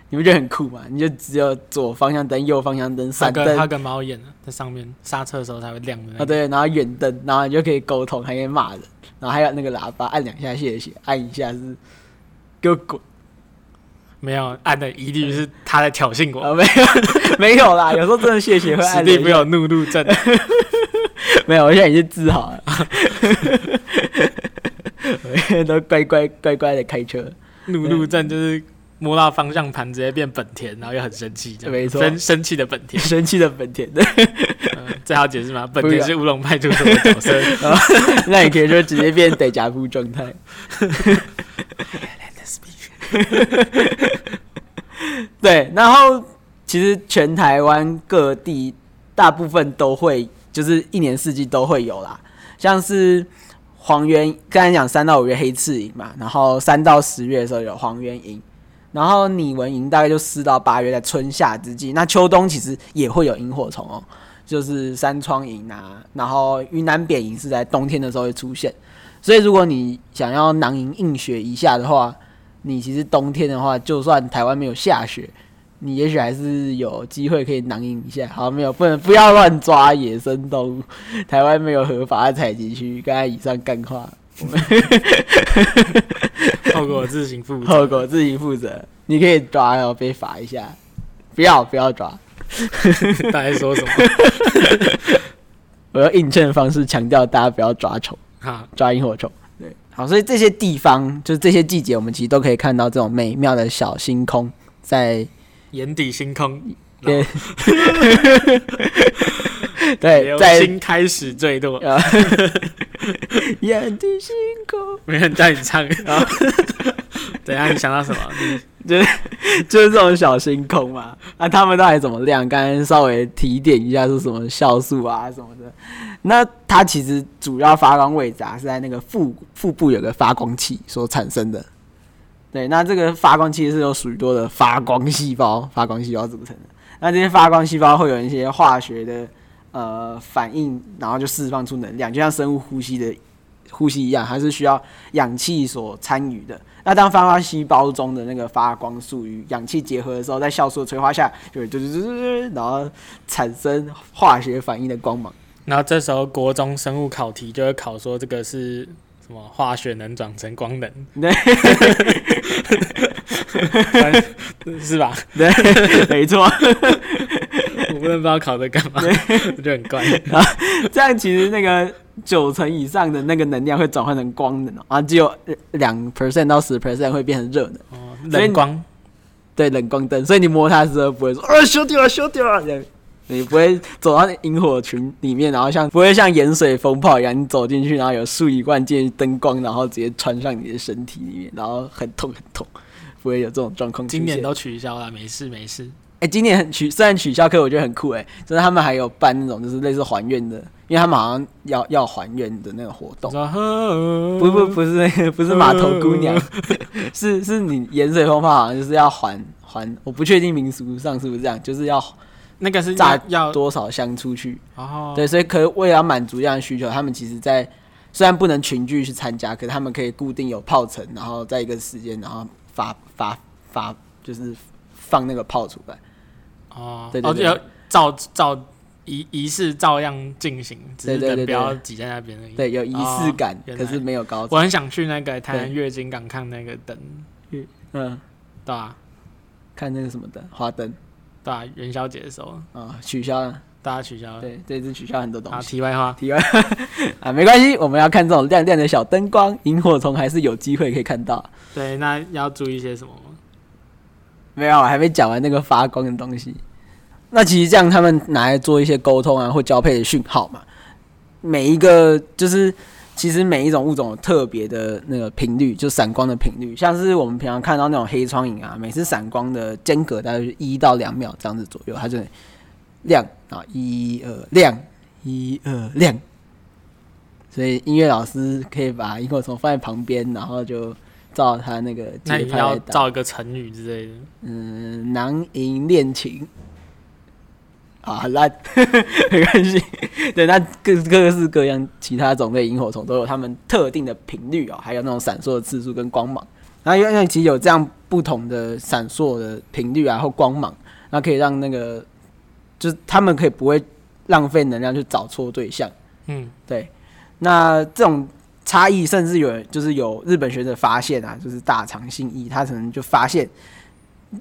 [SPEAKER 3] 你不觉得很酷吗？你就只有左方向灯、右方向灯、
[SPEAKER 2] 它
[SPEAKER 3] 闪
[SPEAKER 2] 跟
[SPEAKER 3] 灯
[SPEAKER 2] 它
[SPEAKER 3] 啊，
[SPEAKER 2] 跟猫眼在上面，刹车的时候才会亮的那个。
[SPEAKER 3] 对，然后远灯，然后你就可以沟通，还可以骂人，然后还有那个喇叭，按两下谢谢，按一下是给我滚
[SPEAKER 2] 没有按的一律是它在挑衅我，
[SPEAKER 3] 啊，没有 [LAUGHS] 没有啦，有时候真的谢谢会
[SPEAKER 2] 实
[SPEAKER 3] 按
[SPEAKER 2] 力
[SPEAKER 3] 两
[SPEAKER 2] 不
[SPEAKER 3] 下，
[SPEAKER 2] 有怒路症。
[SPEAKER 3] [LAUGHS] 没有，我现在已经治好了， [LAUGHS] 我现在都乖乖乖乖的开车，
[SPEAKER 2] 怒路症就是摸到方向盘直接变本田，然后又很生气这样，
[SPEAKER 3] 没错
[SPEAKER 2] 生生气的本
[SPEAKER 3] [LAUGHS]
[SPEAKER 2] 田。
[SPEAKER 3] 生气的本田的。
[SPEAKER 2] 嗯这好解释吗？本
[SPEAKER 3] 不
[SPEAKER 2] 田
[SPEAKER 3] 要
[SPEAKER 2] 是乌龙派出所的角
[SPEAKER 3] [LAUGHS]
[SPEAKER 2] 色。
[SPEAKER 3] 那你可以说直接变得甲夫状态。对，然后其实全台湾各地大部分都会，就是一年四季都会有啦，像是黄原，刚才讲三到五月黑翅萤嘛，然后三到十月的时候有黄原萤，然后拟纹萤大概就四到八月，在春夏之际，那秋冬其实也会有萤火虫哦，就是山窗萤啊，然后云南扁萤是在冬天的时候会出现，所以如果你想要囊萤映雪一下的话，你其实冬天的话，就算台湾没有下雪，你也许还是有机会可以囊萤一下。好，没有不能不要乱抓野生动物，台湾没有合法的采集区。刚才以上干话，
[SPEAKER 2] 后果自
[SPEAKER 3] 哦
[SPEAKER 2] 行负责。
[SPEAKER 3] 后果自己负责。你可以抓，然后被罚一下。不要不要抓，
[SPEAKER 2] 大家在说什
[SPEAKER 3] [LAUGHS]
[SPEAKER 2] 么？
[SPEAKER 3] 我用印证的方式强调大家不要抓虫，
[SPEAKER 2] 哈，
[SPEAKER 3] 抓萤火虫。对，好，所以这些地方就是这些季节，我们其实都可以看到这种美妙的小星空在。
[SPEAKER 2] 眼底星空，
[SPEAKER 3] 对
[SPEAKER 2] 流
[SPEAKER 3] 对，在
[SPEAKER 2] 星开始坠落，
[SPEAKER 3] [LAUGHS] 呃眼底星空，
[SPEAKER 2] 没人叫你唱。然后
[SPEAKER 3] 哦
[SPEAKER 2] [LAUGHS] 等一下你想到什么？嗯你
[SPEAKER 3] [LAUGHS] 就是这种小星空嘛。啊，他们到底怎么亮？刚才稍微提点一下，是什么酵素啊什么的。那它其实主要发光位置啊，是在那个腹腹部有个发光器所产生的。对，那这个发光器是由许多的发光细胞、发光细胞组成的。那这些发光细胞会有一些化学的呃反应，然后就释放出能量，就像生物呼吸的呼吸一样，它是需要氧气所参与的。那当发光细胞中的那个发光素与氧气结合的时候，在酵素的催化下，就会嘟嘟嘟嘟嘟，然后产生化学反应的光芒。 [LAUGHS]
[SPEAKER 2] 然后这时候国中生物考题就会考说这个是什么化学能转成光能，
[SPEAKER 3] [LAUGHS] 对
[SPEAKER 2] 反正是吧？
[SPEAKER 3] 对，没错。 [LAUGHS]
[SPEAKER 2] 我不能不知道考这干嘛，我就很 [LAUGHS] 怪。
[SPEAKER 3] 这样其实那个九成以上的那个能量会转换成光能哦啊，只有两 percent 到十 percent 会变成热能，
[SPEAKER 2] 哦，
[SPEAKER 3] 所以
[SPEAKER 2] 冷
[SPEAKER 3] 你
[SPEAKER 2] 光
[SPEAKER 3] 对，冷光灯。所以你摸它的时候不会说啊烧掉了烧掉了这样。你不会走到萤火群里面，然后像不会像盐水风炮一样，你走进去，然后有数以万计的灯光，然后直接穿上你的身体里面，然后很痛很痛，不会有这种状况出
[SPEAKER 2] 今
[SPEAKER 3] 现。
[SPEAKER 2] 年都取消了，没事没事。
[SPEAKER 3] 哎、今年很取虽然取消，可我觉得很酷哎、就是他们还有办那种就是类似还愿的，因为他们好像要要还愿的那个活
[SPEAKER 2] 我
[SPEAKER 3] 动。
[SPEAKER 2] 说呵，
[SPEAKER 3] 不不不是 [LAUGHS] 那个，不是码头姑娘，
[SPEAKER 2] 嗯
[SPEAKER 3] [LAUGHS] 是是你盐水风炮好像就是要还还，我不确定民俗上是不是这样，就是要
[SPEAKER 2] 那个是
[SPEAKER 3] 炸
[SPEAKER 2] 要要，哦
[SPEAKER 3] 多少箱出去。
[SPEAKER 2] 然后
[SPEAKER 3] 对，所以可为了满足这样的需求，他们其实在虽然不能群聚去参加，可是他们可以固定有炮城，然后在一个时间，然后发发发就是放那个炮出来。
[SPEAKER 2] 哦，
[SPEAKER 3] 对对
[SPEAKER 2] 哦
[SPEAKER 3] 对
[SPEAKER 2] 要照照仪仪式照样进行，只是
[SPEAKER 3] 对对
[SPEAKER 2] 人
[SPEAKER 3] 对
[SPEAKER 2] 不
[SPEAKER 3] 对
[SPEAKER 2] 要挤在那边而已。
[SPEAKER 3] 对，有仪式感，
[SPEAKER 2] 哦原
[SPEAKER 3] 可是
[SPEAKER 2] 来
[SPEAKER 3] 没有高潮。
[SPEAKER 2] 我很想去那个台南
[SPEAKER 3] 对
[SPEAKER 2] 月经港看那个灯，
[SPEAKER 3] 嗯，
[SPEAKER 2] 对吧？
[SPEAKER 3] 看那个什么的花灯
[SPEAKER 2] 对吧？元宵节的时候，
[SPEAKER 3] 啊、取消了。
[SPEAKER 2] 大家取消了。
[SPEAKER 3] 对，这次取消很多东
[SPEAKER 2] 好，
[SPEAKER 3] 西
[SPEAKER 2] 题外话，
[SPEAKER 3] [LAUGHS] 啊，没关系，我们要看这种亮亮的小灯光，萤火虫还是有机会可以看到。
[SPEAKER 2] 对，那要注意些什么吗？
[SPEAKER 3] 没有，我还没讲完那个发光的东西。那其实这样，他们拿来做一些沟通啊或交配的讯号嘛。每一个就是，其实每一种物种有特别的那个频率，就闪光的频率，像是我们平常看到那种黑窗影啊，每次闪光的间隔大概是一到两秒这样子左右，它就会亮啊，一二亮，一二亮。所以音乐老师可以把萤火虫放在旁边，然后就照它那个
[SPEAKER 2] 那
[SPEAKER 3] 节
[SPEAKER 2] 你
[SPEAKER 3] 拍来
[SPEAKER 2] 要
[SPEAKER 3] 打。
[SPEAKER 2] 造一个成语之类的。
[SPEAKER 3] 嗯，囊萤恋情。啊，很烂， [LAUGHS] 没关系。对，那各各式各样其他种类萤火虫都有它们特定的频率哦，还有那种闪烁的次数跟光芒。那因为因为其实有这样不同的闪烁的频率啊或光芒，那可以让那个就是他们可以不会浪费能量去找错对象。
[SPEAKER 2] 嗯，
[SPEAKER 3] 对，那这种差异，甚至有人就是有日本学者发现啊，就是大长信一，他可能就发现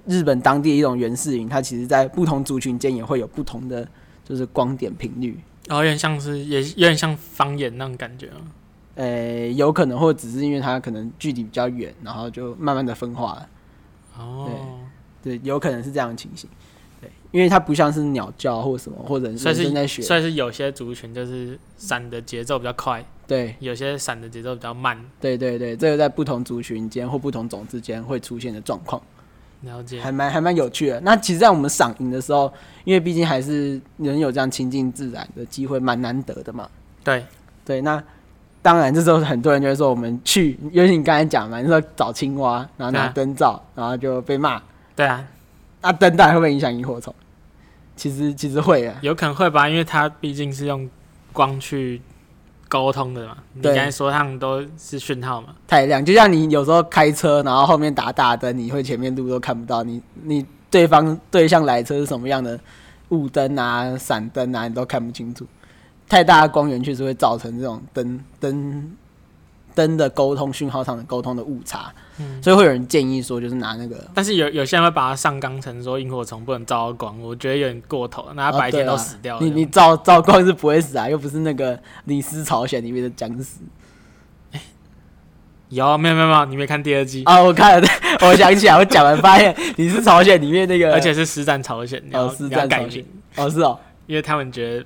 [SPEAKER 3] 日本当地的一种原始云，它其实在不同族群间也会有不同的就是光点频率，
[SPEAKER 2] 哦然后有点像是，也有点像方言那种感觉哦嘛。
[SPEAKER 3] 呃，有可能或只是因为它可能距离比较远，然后就慢慢的分化了，
[SPEAKER 2] 哦，
[SPEAKER 3] 对，有可能是这样的情形。对，因为它不像是鸟叫或什么，或者人
[SPEAKER 2] 所以
[SPEAKER 3] 正在
[SPEAKER 2] 是
[SPEAKER 3] 学，
[SPEAKER 2] 所以是有些族群就是闪的节奏比较快，
[SPEAKER 3] 对
[SPEAKER 2] 有些闪的节奏比较慢。
[SPEAKER 3] 对对对，这个在不同族群间或不同种之间会出现的状况。
[SPEAKER 2] 了解
[SPEAKER 3] 还。蛮还蛮有趣的。那其实，在我们赏萤的时候，因为毕竟还是能有这样亲近自然的机会，蛮难得的嘛。
[SPEAKER 2] 对，
[SPEAKER 3] 对，那当然这时候很多人就会说，我们去，尤其你刚才讲嘛，你说找青蛙，然后拿
[SPEAKER 2] 对啊
[SPEAKER 3] 灯照，然后就被骂。
[SPEAKER 2] 对啊，
[SPEAKER 3] 那灯到底会不会影响萤火虫？其实其实会啊，
[SPEAKER 2] 有可能会吧，因为它毕竟是用光去沟通的嘛。你
[SPEAKER 3] 对
[SPEAKER 2] 刚才说他们都是讯号嘛，
[SPEAKER 3] 太亮，就像你有时候开车，然后后面打大灯，你会前面路都看不到，你你对方对向来车是什么样的雾灯啊、闪灯啊，你都看不清楚。太大的光源确实会造成这种灯灯灯的沟通、讯号上的沟通的误差，所以会有人建议说，就是拿那个
[SPEAKER 2] 但是有有些人会把它上纲成说萤火虫不能照到光，我觉得有点过头，那它白天都死掉了。
[SPEAKER 3] 啊对啊你你照照光是不会死啊，又不是那个《李斯朝鲜》里面的僵尸
[SPEAKER 2] 有没有没有没有，你没看第二季，
[SPEAKER 3] 啊！我看了， [LAUGHS] 我想起来，我讲完发现《李斯朝鲜》里面那个，
[SPEAKER 2] 而且是实战朝鲜，你要、
[SPEAKER 3] 啊哦，是
[SPEAKER 2] 你
[SPEAKER 3] 战
[SPEAKER 2] 要改
[SPEAKER 3] 朝鲜
[SPEAKER 2] 名，，
[SPEAKER 3] 哦是哦，
[SPEAKER 2] 因为他们觉得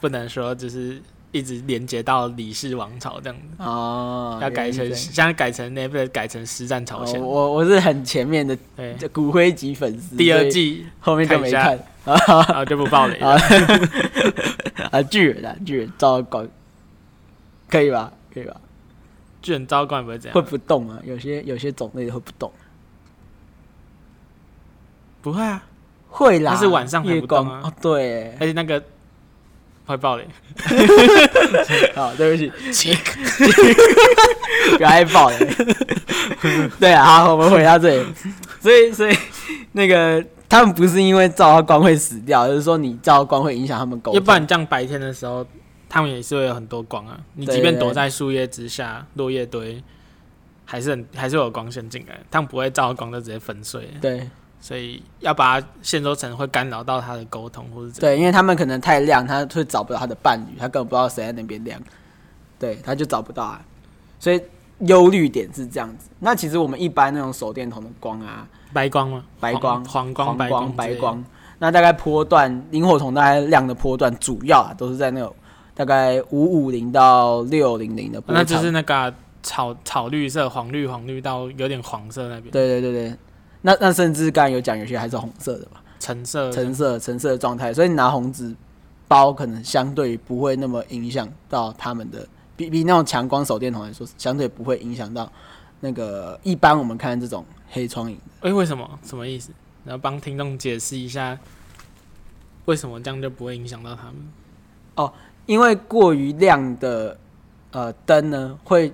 [SPEAKER 2] 不能说就是一直连接到李氏王朝这样子，
[SPEAKER 3] 哦，
[SPEAKER 2] 要改
[SPEAKER 3] 原
[SPEAKER 2] 成
[SPEAKER 3] 来
[SPEAKER 2] 现
[SPEAKER 3] 是
[SPEAKER 2] 在改成那个改成实战
[SPEAKER 3] 这
[SPEAKER 2] 朝
[SPEAKER 3] 样
[SPEAKER 2] 鲜。
[SPEAKER 3] 哦我我是很前面的
[SPEAKER 2] 对，
[SPEAKER 3] 骨灰级粉丝，
[SPEAKER 2] 第
[SPEAKER 3] 所
[SPEAKER 2] 二
[SPEAKER 3] 以
[SPEAKER 2] 季
[SPEAKER 3] 后面就没
[SPEAKER 2] 看
[SPEAKER 3] 看 [LAUGHS] 啊
[SPEAKER 2] 啊就不爆雷了。
[SPEAKER 3] [LAUGHS] 啊啊！巨人啊，巨人照光可以吧？可以吧？
[SPEAKER 2] 巨人召唤不会这
[SPEAKER 3] 会
[SPEAKER 2] 样，
[SPEAKER 3] 不动啊，有些有些种类会不动，
[SPEAKER 2] 不会啊，
[SPEAKER 3] 会啦，
[SPEAKER 2] 但是晚上还
[SPEAKER 3] 夜
[SPEAKER 2] 不动
[SPEAKER 3] 光
[SPEAKER 2] 啊
[SPEAKER 3] 哦，对，
[SPEAKER 2] 而且那个会爆雷。
[SPEAKER 3] 好，对不起， [LAUGHS] 不要挨爆了。对啊，好，我们回到这里。所以，所以那个他们不是因为照到光会死掉，就是说你照到光会影响他们沟
[SPEAKER 2] 要不
[SPEAKER 3] 通。
[SPEAKER 2] 然这样白天的时候，他们也是会有很多光啊。你
[SPEAKER 3] 对
[SPEAKER 2] 即便
[SPEAKER 3] 对
[SPEAKER 2] 躲在树叶之下、落叶堆，还是很还是会有光线进来，他们不会照光就直接粉碎。
[SPEAKER 3] 对
[SPEAKER 2] 所以要把它限缩成会干扰到他的沟通或者怎样。
[SPEAKER 3] 对，因为他们可能太亮，他会找不到他的伴侣，他根本不知道谁在那边亮，对，他就找不到啊。所以忧虑点是这样子。那其实我们一般那种手电筒的光啊，
[SPEAKER 2] 白光吗？
[SPEAKER 3] 白光、
[SPEAKER 2] 黄黄嗯光、白
[SPEAKER 3] 光、
[SPEAKER 2] 之类
[SPEAKER 3] 白
[SPEAKER 2] 的。
[SPEAKER 3] 光。那大概波段，萤火虫大概亮的波段，主要啊都是在那种大概五五零到六零零的波
[SPEAKER 2] 那
[SPEAKER 3] 长。
[SPEAKER 2] 就是那个啊、草草绿色、黄绿、黄绿到有点黄色那边，
[SPEAKER 3] 对对对对，那那甚至刚才有讲，有些还是红色的嘛，
[SPEAKER 2] 橙色。
[SPEAKER 3] 橙色橙色的状态，所以你拿红纸包，可能相对不会那么影响到他们的，比比那种强光手电筒来说，相对不会影响到那个一般我们看这种黑窗影。
[SPEAKER 2] 哎、为什么？什么意思？然后帮听众解释一下，为什么这样就不会影响到他们？
[SPEAKER 3] 因为过于亮的呃灯呢，会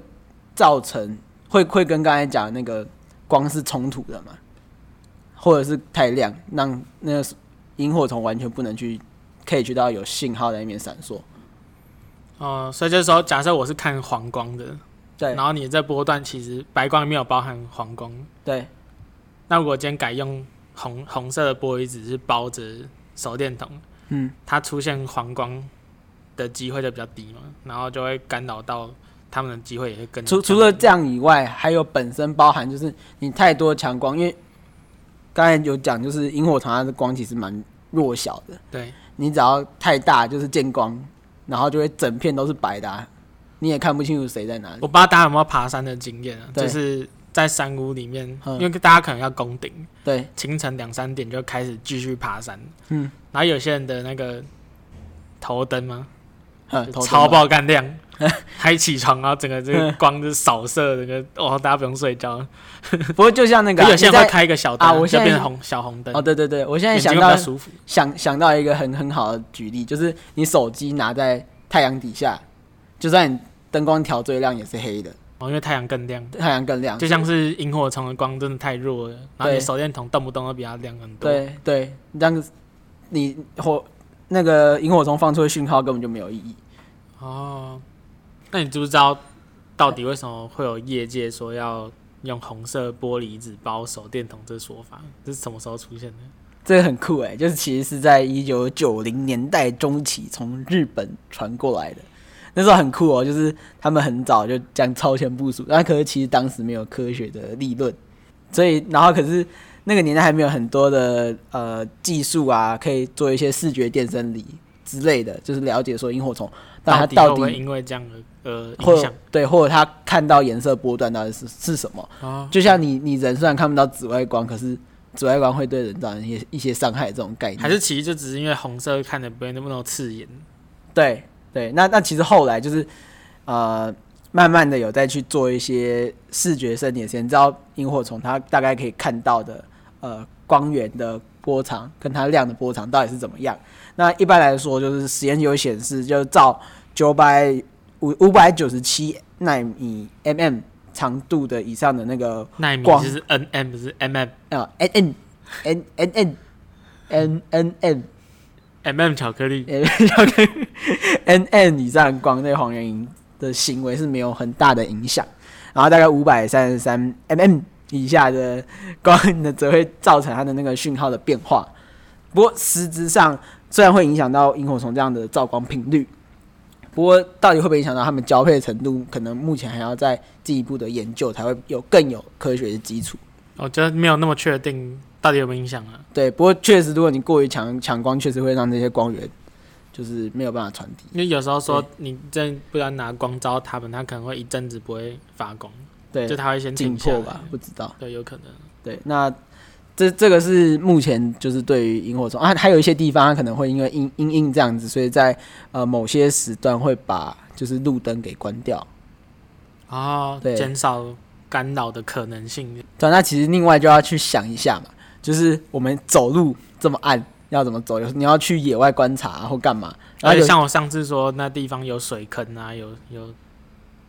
[SPEAKER 3] 造成会会跟刚才讲的那个光是冲突的嘛，或者是太亮，让那个萤火虫完全不能去 catch 到有信号在那边闪烁。
[SPEAKER 2] 哦、所以这时候假设我是看黄光的，
[SPEAKER 3] 对
[SPEAKER 2] 然后你这波段其实白光没有包含黄光，
[SPEAKER 3] 对
[SPEAKER 2] 那如果今天改用红红色的玻璃纸是包着手电筒，
[SPEAKER 3] 嗯，
[SPEAKER 2] 它出现黄光的机会就比较低嘛，然后就会干扰到他们的机会也会更
[SPEAKER 3] 除除了这样以外，还有本身包含就是你太多强光，因为刚才有讲就是萤火虫它的光其实蛮弱小的，
[SPEAKER 2] 对
[SPEAKER 3] 你只要太大就是见光，然后就会整片都是白的啊、你也看不清楚谁在哪里。
[SPEAKER 2] 我不知道大家有没有爬山的经验啊，
[SPEAKER 3] 对
[SPEAKER 2] 就是在山谷里面，
[SPEAKER 3] 嗯
[SPEAKER 2] 因为大家可能要攻顶， [LAUGHS]
[SPEAKER 3] 对，
[SPEAKER 2] 清晨两三点就开始继续爬山，
[SPEAKER 3] 嗯，
[SPEAKER 2] 然后有些人的那个头灯嘛，
[SPEAKER 3] 嗯，头
[SPEAKER 2] 超
[SPEAKER 3] 灯嘛，
[SPEAKER 2] 爆干
[SPEAKER 3] [LAUGHS]
[SPEAKER 2] 亮，还起床然后整个这个光就是扫射，整
[SPEAKER 3] [LAUGHS]
[SPEAKER 2] 个哦，大家不用睡觉。
[SPEAKER 3] 不过就像那个
[SPEAKER 2] 可
[SPEAKER 3] 啊、
[SPEAKER 2] 有些
[SPEAKER 3] 你
[SPEAKER 2] 人会
[SPEAKER 3] 在
[SPEAKER 2] 开一个小灯，
[SPEAKER 3] 啊我
[SPEAKER 2] 就
[SPEAKER 3] 现在
[SPEAKER 2] 变成红小红灯，
[SPEAKER 3] 哦，对对对，我现在
[SPEAKER 2] 眼睛
[SPEAKER 3] 想
[SPEAKER 2] 会比
[SPEAKER 3] 到
[SPEAKER 2] 较舒服。
[SPEAKER 3] 想想到一个很很好的举例，就是你手机拿在太阳底下，就算你灯光调最亮也是黑的，
[SPEAKER 2] 哦，因为太阳更亮，
[SPEAKER 3] 太阳更亮
[SPEAKER 2] 就。像是萤火虫的光真的太弱了，然后你
[SPEAKER 3] 对
[SPEAKER 2] 手电筒动不动都比它亮很多。
[SPEAKER 3] 对对，这样子你火那个萤火虫放出的讯号根本就没有意义。
[SPEAKER 2] 哦，那你知不知道到底为什么会有业界说要用红色玻璃纸包手电筒这说法？这是什么时候出现的？
[SPEAKER 3] 这个很酷哎、就是其实是在一九九零年代中期从日本传过来的。那时候很酷哦，就是他们很早就这样超前部署，那可是其实当时没有科学的理论，所以然后可是那个年代还没有很多的呃技术啊，可以做一些视觉电生理之类的，就是了解说萤火虫，但它
[SPEAKER 2] 底会
[SPEAKER 3] 到
[SPEAKER 2] 不会
[SPEAKER 3] 底
[SPEAKER 2] 因为这样而呃影
[SPEAKER 3] 或
[SPEAKER 2] 响？
[SPEAKER 3] 对或者它看到颜色波段到底是是什么，
[SPEAKER 2] 哦，
[SPEAKER 3] 就像你你人虽然看不到紫外光，可是紫外光会对人造成一些一些伤害这种概念，
[SPEAKER 2] 还是其实就只是因为红色看的不会那么刺眼？
[SPEAKER 3] 对对，那那其实后来就是呃，慢慢的有再去做一些视觉生理的实验，你知道萤火虫它大概可以看到的呃光源的波长跟它亮的波长到底是怎么样。那一般来说，就是实验有显示，就是照九百五五百九十七纳米 mm 长度的以上的那个
[SPEAKER 2] 纳米
[SPEAKER 3] 光
[SPEAKER 2] 就是 N M 不是 M M
[SPEAKER 3] 呃 n n n n n n n n [LAUGHS]
[SPEAKER 2] M M 巧克力。
[SPEAKER 3] 呃，N N 以上光对黄原影的行为是没有很大的影响，然后大概五百三十三 mm 以下的光 [LAUGHS] 呢，则会造成它的那个讯号的变化。不过实质上，虽然会影响到萤火虫这样的照光频率，不过到底会不会影响到它们交配的程度，可能目前还要再进一步的研究，才会有更有科学的基础。
[SPEAKER 2] 我觉得没有那么确定到底有没有影响啊。
[SPEAKER 3] 对，不过确实，如果你过于强强光，确实会让这些光源就是没有办法传递。
[SPEAKER 2] 因为有时候说你真不然拿光照它们，它可能会一阵子不会发光，
[SPEAKER 3] 对，
[SPEAKER 2] 就它会先
[SPEAKER 3] 紧
[SPEAKER 2] 停下
[SPEAKER 3] 迫
[SPEAKER 2] 来
[SPEAKER 3] 吧，不知道。
[SPEAKER 2] 对，有可能。
[SPEAKER 3] 对，那这这个是目前就是对于萤火虫啊，还有一些地方它可能会因为因因应这样子，所以在呃某些时段会把就是路灯给关掉。
[SPEAKER 2] 哦，
[SPEAKER 3] 对啊
[SPEAKER 2] 减少干扰的可能性。
[SPEAKER 3] 对，那其实另外就要去想一下嘛，就是我们走路这么暗要怎么走？有你要去野外观察、或干嘛？然
[SPEAKER 2] 而
[SPEAKER 3] 后
[SPEAKER 2] 且
[SPEAKER 3] 有
[SPEAKER 2] 啊像我上次说，那地方有水坑啊，有有，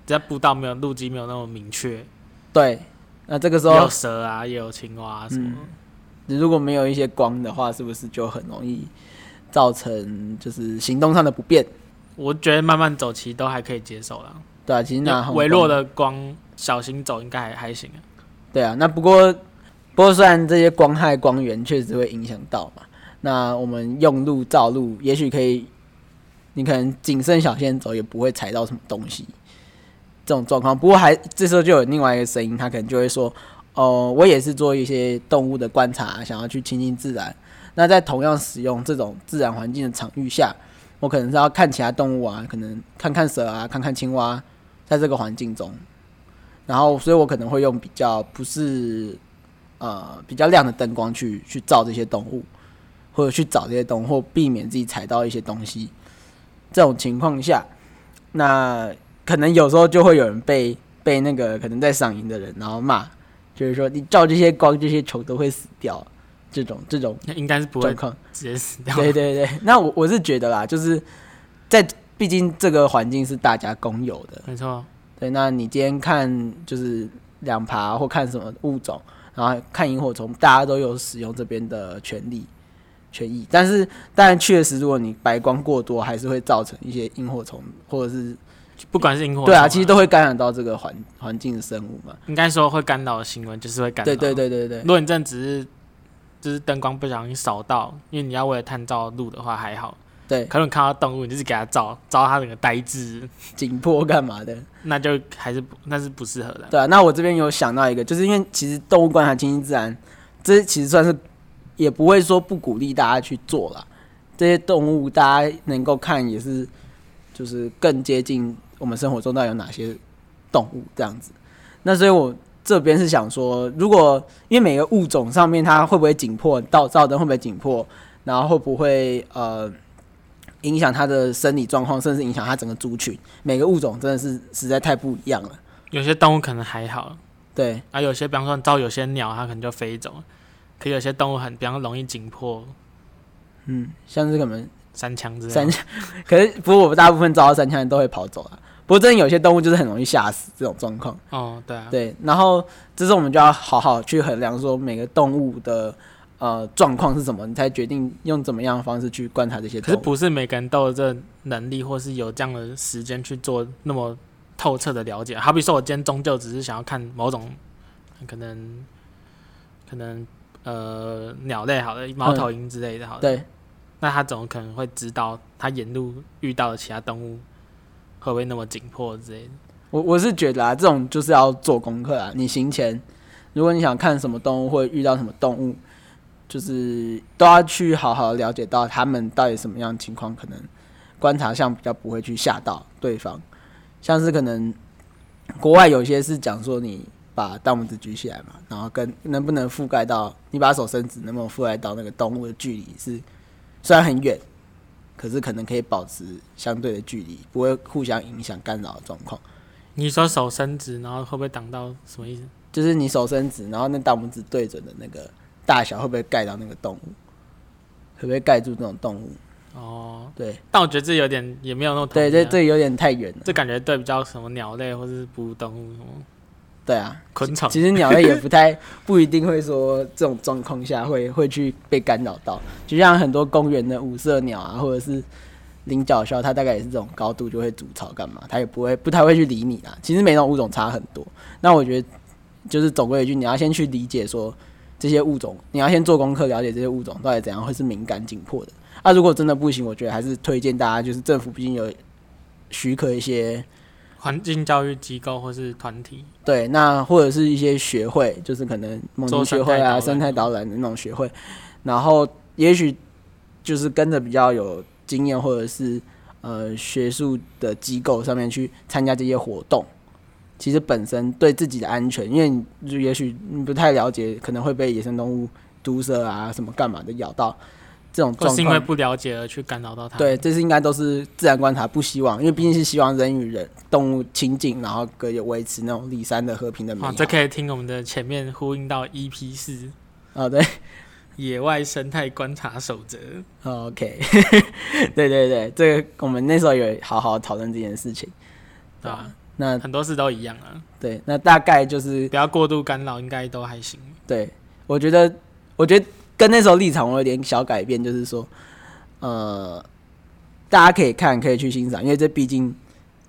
[SPEAKER 2] 在步道没有路基没有那么明确，
[SPEAKER 3] 对，那这个时候
[SPEAKER 2] 有蛇啊，也有青蛙、啊、什么。
[SPEAKER 3] 嗯如果没有一些光的话，是不是就很容易造成就是行动上的不便？
[SPEAKER 2] 我觉得慢慢走其实都还可以接受啦。
[SPEAKER 3] 对啊，其实拿
[SPEAKER 2] 那
[SPEAKER 3] 红
[SPEAKER 2] 微
[SPEAKER 3] 光
[SPEAKER 2] 弱的光，小心走应该还还行啊。
[SPEAKER 3] 对啊，那不过不过虽然这些光害光源确实会影响到嘛，那我们用路照路，也许可以，你可能谨慎小心走，也不会踩到什么东西这种状况。不过还这时候就有另外一个声音，他可能就会说，哦、我也是做一些动物的观察，想要去亲近自然。那在同样使用这种自然环境的场域下，我可能是要看其他动物啊，可能看看蛇啊，看看青蛙，在这个环境中。然后所以我可能会用比较不是呃比较亮的灯光去去照这些动物，或者去找这些动物，或避免自己踩到一些东西。这种情况下，那可能有时候就会有人被被那个可能在赏萤的人然后骂，就是说你照这些光，这些虫都会死掉，这种这种
[SPEAKER 2] 那应该是不
[SPEAKER 3] 状
[SPEAKER 2] 会
[SPEAKER 3] 况。 [LAUGHS]
[SPEAKER 2] 直接死掉。
[SPEAKER 3] 对对对，那我我是觉得啦，就是在毕竟这个环境是大家公有的，
[SPEAKER 2] 没错，
[SPEAKER 3] 对，那你今天看就是两爬或看什么物种，然后看萤火虫，大家都有使用这边的权利权益。但是，当然确实，如果你白光过多，还是会造成一些萤火虫或者是
[SPEAKER 2] 不管是萤火虫、
[SPEAKER 3] 对啊，其实都会干扰到这个环环境的生物嘛。
[SPEAKER 2] 应该说会干扰的行为，就是会干扰。
[SPEAKER 3] 对对。对对对
[SPEAKER 2] 如果你真的只是就是灯光不小心扫到，因为你要为了探照路的话还好，
[SPEAKER 3] 对，
[SPEAKER 2] 可能看到动物你就是给它照，照它整个呆滞，
[SPEAKER 3] 紧迫干嘛的？
[SPEAKER 2] 那就还是不那是不适合的。
[SPEAKER 3] 对啊，那我这边有想到一个，就是因为其实动物观察亲近自然，这其实算是也不会说不鼓励大家去做啦。这些动物大家能够看也是，就是更接近我们生活中到底有哪些动物这样子。那所以我这边是想说，如果因为每个物种上面它会不会紧迫，到照灯会不会紧迫，然后会不会呃影响它的生理状况，甚至影响它整个族群，每个物种真的是实在太不一样了。
[SPEAKER 2] 有些动物可能还好，
[SPEAKER 3] 对，
[SPEAKER 2] 啊，有些比方说你照有些鸟，它可能就飞走了。可有些动物很比方容易紧迫，
[SPEAKER 3] 嗯，像是可能
[SPEAKER 2] 三枪之类
[SPEAKER 3] 三
[SPEAKER 2] 的。
[SPEAKER 3] 枪， [LAUGHS] 可是不过我们大部分遭到三枪的都会跑走啊。不过真的有些动物就是很容易吓死这种状况，
[SPEAKER 2] 哦，对啊，
[SPEAKER 3] 对。然后这时候我们就要好好去衡量说每个动物的呃状况是什么，你才决定用怎么样的方式去观察这些
[SPEAKER 2] 可
[SPEAKER 3] 动
[SPEAKER 2] 是
[SPEAKER 3] 物。
[SPEAKER 2] 不是每个人都有这能力，或是有这样的时间去做那么透彻的了解。好比说，我今天终究只是想要看某种可能可能呃鸟类好了，猫头鹰之类的好了。
[SPEAKER 3] 对
[SPEAKER 2] 那他总可能会知道他沿路遇到的其他动物会不会那么紧迫之类的。
[SPEAKER 3] 我我是觉得啊，这种就是要做功课啊。你行前，如果你想看什么动物或者遇到什么动物，就是都要去好好了解到他们到底什么样的情况，可能观察上比较不会去吓到对方。像是可能国外有些是讲说你把大拇指举起来嘛，然后跟能不能覆盖到你把手伸直，能不能覆盖到那个动物的距离是虽然很远，可是可能可以保持相对的距离，不会互相影响干扰的状况。
[SPEAKER 2] 你说手伸直，然后会不会挡到？什么意思？
[SPEAKER 3] 就是你手伸直，然后那大拇指对准的那个大小，会不会盖到那个动物？会不会盖住这种动物？
[SPEAKER 2] 哦，
[SPEAKER 3] 对
[SPEAKER 2] 但我觉得这有点也没有那么统一
[SPEAKER 3] 对，
[SPEAKER 2] 啊
[SPEAKER 3] 这这有点太远了。
[SPEAKER 2] 这感觉对比较什么鸟类或是哺乳动物什么
[SPEAKER 3] 对啊，
[SPEAKER 2] 昆虫，
[SPEAKER 3] 其实鸟类也不太不一定会说这种状况下会会去被干扰到，就像很多公园的五色鸟啊，或者是菱角鸮它大概也是这种高度就会筑巢干嘛，它也不会不太会去理你啦。其实每种物种差很多，那我觉得就是总归一句，你要先去理解说这些物种，你要先做功课了解这些物种到底怎样会是敏感紧迫的。啊，如果真的不行，我觉得还是推荐大家就是政府毕竟有许可一些
[SPEAKER 2] 环境教育机构或是团体，
[SPEAKER 3] 对，那或者是一些学会，就是可能梦境
[SPEAKER 2] 做
[SPEAKER 3] 学会啊、生
[SPEAKER 2] 生态
[SPEAKER 3] 态导览的那种学会，然后也许就是跟着比较有经验或者是呃学术的机构上面去参加这些活动，其实本身对自己的安全，因为你就也许你不太了解，可能会被野生动物毒蛇啊什么干嘛的咬到，这种
[SPEAKER 2] 或
[SPEAKER 3] 状
[SPEAKER 2] 是因为
[SPEAKER 3] 况
[SPEAKER 2] 不了解而去干扰到它。
[SPEAKER 3] 对，，这是应该都是自然观察，不希望，因为毕竟是希望人与人动物亲近，然后可以维持那种离散的和平的美
[SPEAKER 2] 啊
[SPEAKER 3] 好。，
[SPEAKER 2] 这可以听我们的前面呼应到 EP 四
[SPEAKER 3] 啊，对 [LAUGHS]
[SPEAKER 2] 野外生态观察守则。
[SPEAKER 3] 哦，OK，对对对，这个我们那时候有好好讨论这件事情。
[SPEAKER 2] 对吧？
[SPEAKER 3] 那
[SPEAKER 2] 很多事都一样啊，
[SPEAKER 3] 对，那大概就是
[SPEAKER 2] 不要过度干扰，应该都还行。
[SPEAKER 3] 对，我觉得，我觉得跟那时候立场我有点小改变，就是说，呃，大家可以看，可以去欣赏，因为这毕竟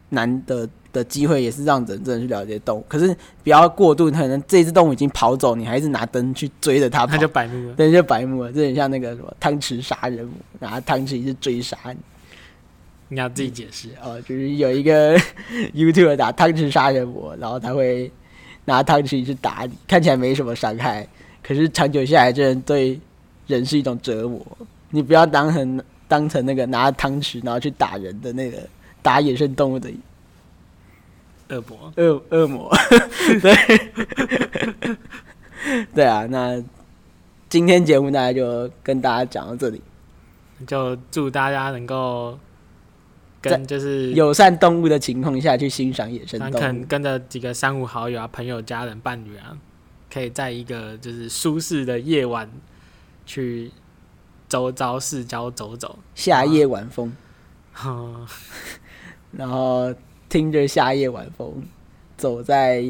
[SPEAKER 3] 难得的机会，也是让人真的去了解动物。可是不要过度，可能这只动物已经跑走，你还一直拿灯去追着它跑，
[SPEAKER 2] 那就白目了。
[SPEAKER 3] 对，就白目了，这很像那个什么汤匙杀人魔，拿汤匙一直追杀你。
[SPEAKER 2] 你要自己解释。
[SPEAKER 3] 呃，就是有一个 [LAUGHS] YouTube 打汤匙杀人魔，然后他会拿汤匙去打你，看起来没什么伤害，可是长久下来，真的对人是一种折磨。你不要当成当成那个拿汤匙然后去打人的那个打野生动物的
[SPEAKER 2] 恶博，
[SPEAKER 3] 恶恶魔， [LAUGHS] 对， [LAUGHS] 对啊。那今天节目大概就跟大家讲到这里，
[SPEAKER 2] 就祝大家能够跟就是
[SPEAKER 3] 友善动物的情况下去欣赏野生
[SPEAKER 2] 那可
[SPEAKER 3] 动
[SPEAKER 2] 能
[SPEAKER 3] 物，
[SPEAKER 2] 跟着几个三五好友啊、朋友、家人、伴侣啊，可以在一个就是舒适的夜晚去周遭市郊走走。
[SPEAKER 3] 夏夜晚风。
[SPEAKER 2] 嗯
[SPEAKER 3] 然后听着夏夜晚风，走在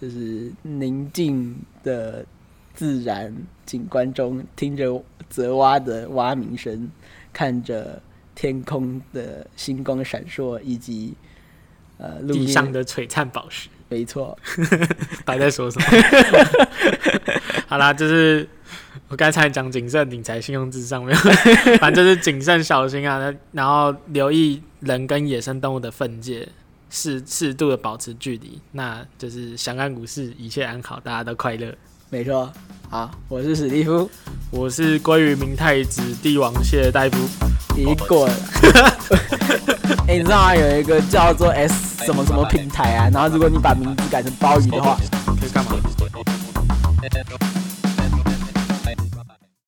[SPEAKER 3] 就是宁静的自然景观中，听着泽蛙的蛙鸣声，看着天空的星光闪烁，以及呃路
[SPEAKER 2] 地上
[SPEAKER 3] 面，
[SPEAKER 2] 的璀璨宝石，
[SPEAKER 3] 没错，
[SPEAKER 2] [LAUGHS] 白在说什么？好啦，就是我刚才讲谨慎、理财、信用至上，没有， [LAUGHS] 反正就是谨慎小心啊，那然后留意人跟野生动物的分界，适适度的保持距离。那就是相安无事，一切安好，大家都快乐。
[SPEAKER 3] 没错。好，我是史蒂夫，
[SPEAKER 2] 我是鲑鱼明太子帝王蟹大夫，
[SPEAKER 3] 已经过了。 [LAUGHS] 哎、你知道吗？有一个叫做 S 什么什么平台啊，然后如果你把名字改成鲍鱼的话，
[SPEAKER 2] 可以干嘛？